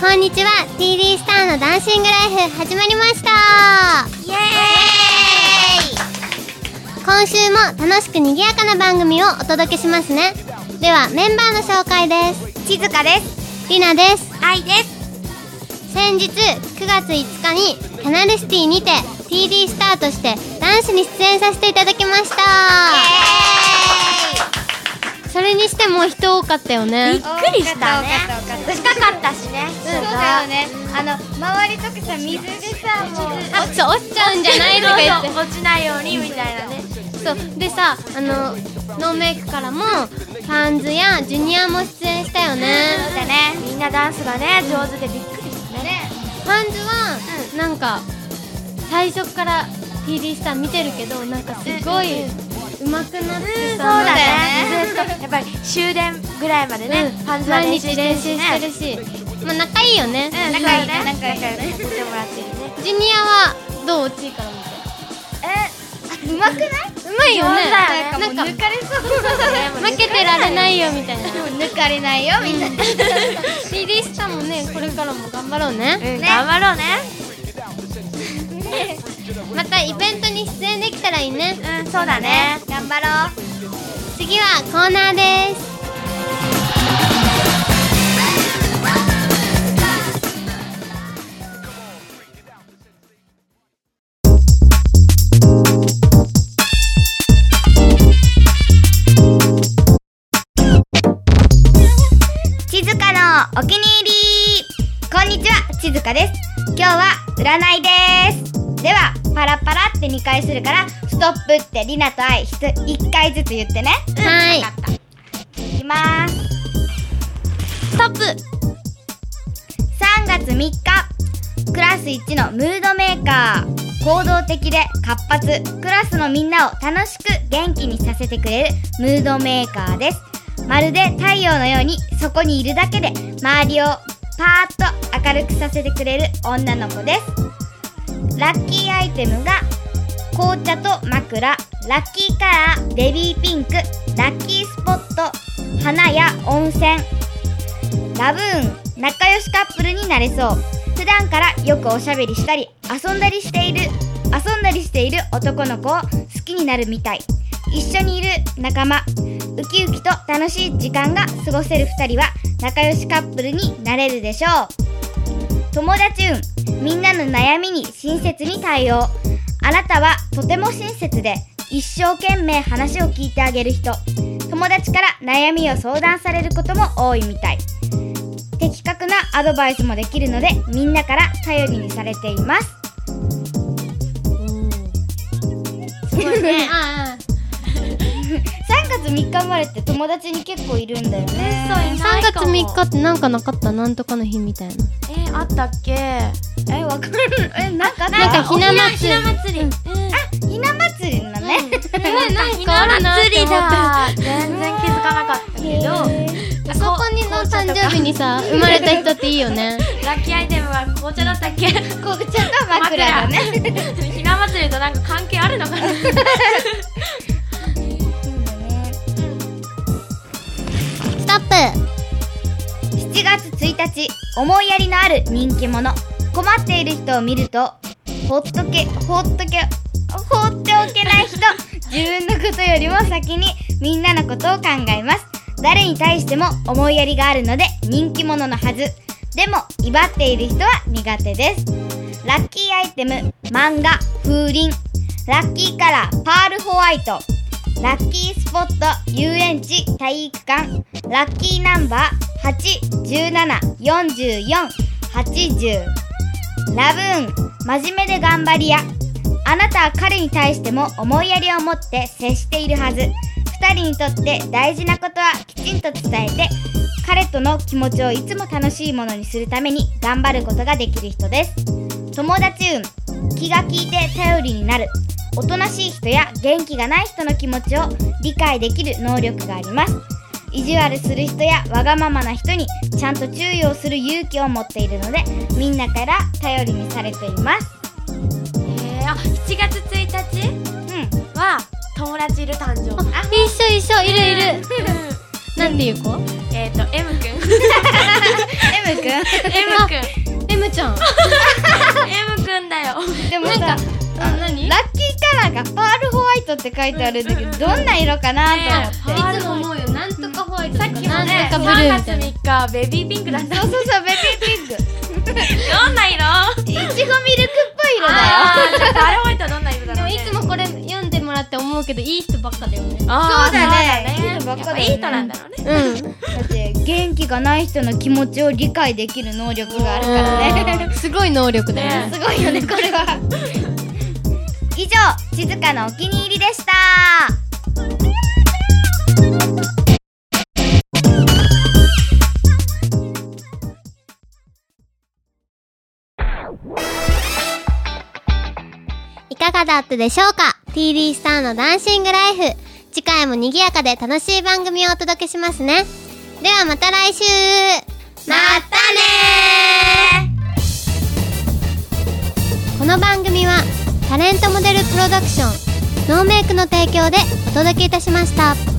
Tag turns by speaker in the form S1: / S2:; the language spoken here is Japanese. S1: こんにちは TD スターのダンシングライフ始まりました
S2: イエーイ
S1: 今週も楽しく賑やかな番組をお届けしますねではメンバーの紹介です
S2: 静香です
S1: りなです
S2: 愛です
S1: 先日9月5日にカナルシティにて TD スターとして男子に出演させていただきましたそれにしても人多かったよね
S2: びっくりしたね近かったしねそう
S3: そうだよね。あの周りとかさ水でさもう
S1: 落ち落ちちゃうんじゃないとか言って
S2: 落ちないようにみたいなね
S1: そうでさあのノーメイクからもパンズやジュニアも出演したよね
S2: だねみんなダンスがね上手でびっくりしたね
S1: パンズは、なんか最初から TD スター見てるけどなんかすごい上手くなって
S2: そう
S1: さ、
S2: だねずっとやっぱり終電ぐらいまでね
S1: うん
S2: パンズは練
S1: 毎
S2: 習し
S1: 日
S2: て
S1: 練
S2: るし
S1: 習してる
S2: ね
S1: し、まあ、仲いいよね、
S2: うん仲良いね仲良いね見てもらってるね
S1: ジュニアはどう落ちいから見て
S3: うまくな
S1: う
S3: い？
S1: まいよね
S2: そうだ
S1: なんか
S3: 抜かれそう。
S1: 負けてられないよみたいな
S3: 抜かれないよみんな。
S1: TD スターもねこれからも頑張ろうね
S2: うん頑張ろうね
S1: またイベントに出演できたらいいね
S2: うんそうだね
S3: 頑張ろう。
S1: 次はコーナーです
S3: 静香のお気に入り。こんにちは、静香です。今日は占いです。では、パラパラって2回するから、ストップってりなとあいひつ1回ずつ言ってね。
S1: はい
S3: いきます。
S1: ストップ
S3: 3月3日クラス1のムードメーカー行動的で活発クラスのみんなを楽しく元気にさせてくれるムードメーカーですまるで太陽のようにそこにいるだけで周りをパーッと明るくさせてくれる女の子ですラッキーアイテムが紅茶と枕ラッキーカラーベビーピンクラッキースポット花や温泉ラブーン仲良しカップルになれそう普段からよくおしゃべりしたり遊んだりしている遊んだりしている男の子を好きになるみたい一緒にいる仲間ウキウキと楽しい時間が過ごせる2人は仲良しカップルになれるでしょう友達運みんなの悩みに親切に対応あなたはとても親切で一生懸命話を聞いてあげる人友達から悩みを相談されることも多いみたい的確なアドバイスもできるのでみんなから頼りにされています
S1: すごい ねああ
S3: 3月3日生まれって友達に結構いるんだよね
S2: そういない
S1: 3月
S2: かも
S1: 3日ってなんかなかったなんとかの日みたいな
S2: えーあったっけ
S3: えわかるえなんか
S1: なんかひな祭り
S2: 祭りうん
S3: ひな祭りなね、
S1: ねなん
S2: ひ
S1: か
S2: な
S1: あるなって思
S2: 祭り
S1: って
S2: だ全然気づかなかったけど
S1: あそこにの誕生日にさ生まれた人っていいよね
S2: ラッキーアイテムは紅茶だったっけ
S3: 紅茶と枕だね
S2: ひな祭りとなんか関係あるのかな
S3: そうだね
S1: ストップ
S3: 7月1日思いやりのある人気者困っている人を見るとほっとけほっとけ放っておけない人自分のことよりも先にみんなのことを考えます誰に対しても思いやりがあるので人気者のはずでも威張っている人は苦手ですラッキーアイテム漫画風鈴ラッキーカラーパールホワイトラッキースポット遊園地体育館ラッキーナンバー8174480ラブーン真面目で頑張り屋あなたは彼に対しても思いやりを持って接しているはず2人にとって大事なことはきちんと伝えて彼との気持ちをいつも楽しいものにするために頑張ることができる人です友達運気が利いて頼りになるおとなしい人や元気がない人の気持ちを理解できる能力があります意地悪する人やわがままな人にちゃんと注意をする勇気を持っているのでみんなから頼りにされています
S2: えー、あ7月1日
S3: うん
S2: は友達いる誕生
S1: あ
S2: 日
S1: 一緒一緒いるいるなんていう子
S2: えっ、ー、と M くん
S3: M くん
S1: あ
S2: くん
S4: M ちゃん
S2: M くんだよ
S3: でもさ
S4: あ何
S3: ラッキーカラーがパールホワイトって書いてあるんだけど、
S2: うんうんうん
S3: どんな色かなと思って。
S4: いつも思うよなんとかホワイトとかなんとかブルー
S2: 3
S4: み
S2: 月
S4: たいな
S2: 3日ベビーピンクだった
S3: そうそうそう、ベビー ピンク。
S2: どんな色
S3: いちごミルクっぽい色だよ。
S2: あーなんかアルファイトはどんな色だ
S4: で
S2: ろ
S4: も
S2: うね
S4: いつもこれ読んでもらって思うけどいい人ばっかだよね
S2: あー
S3: そうだね
S2: そうだね
S3: いい人ばっかだよね
S2: やぱいい人なんだろうね
S4: う
S3: だって元気がない人の気持ちを理解できる能力があるからね
S4: んすごい能力だよね
S3: すごいよねこれは以上静かのお気に入りでした
S1: いかがだったでしょうか ?TD スターのダンシングライフ。次回も賑やかで楽しい番組をお届けしますね。ではまた来週
S3: またね
S1: この番組はタレントモデルプロダクションノーメイクの提供でお届けいたしました。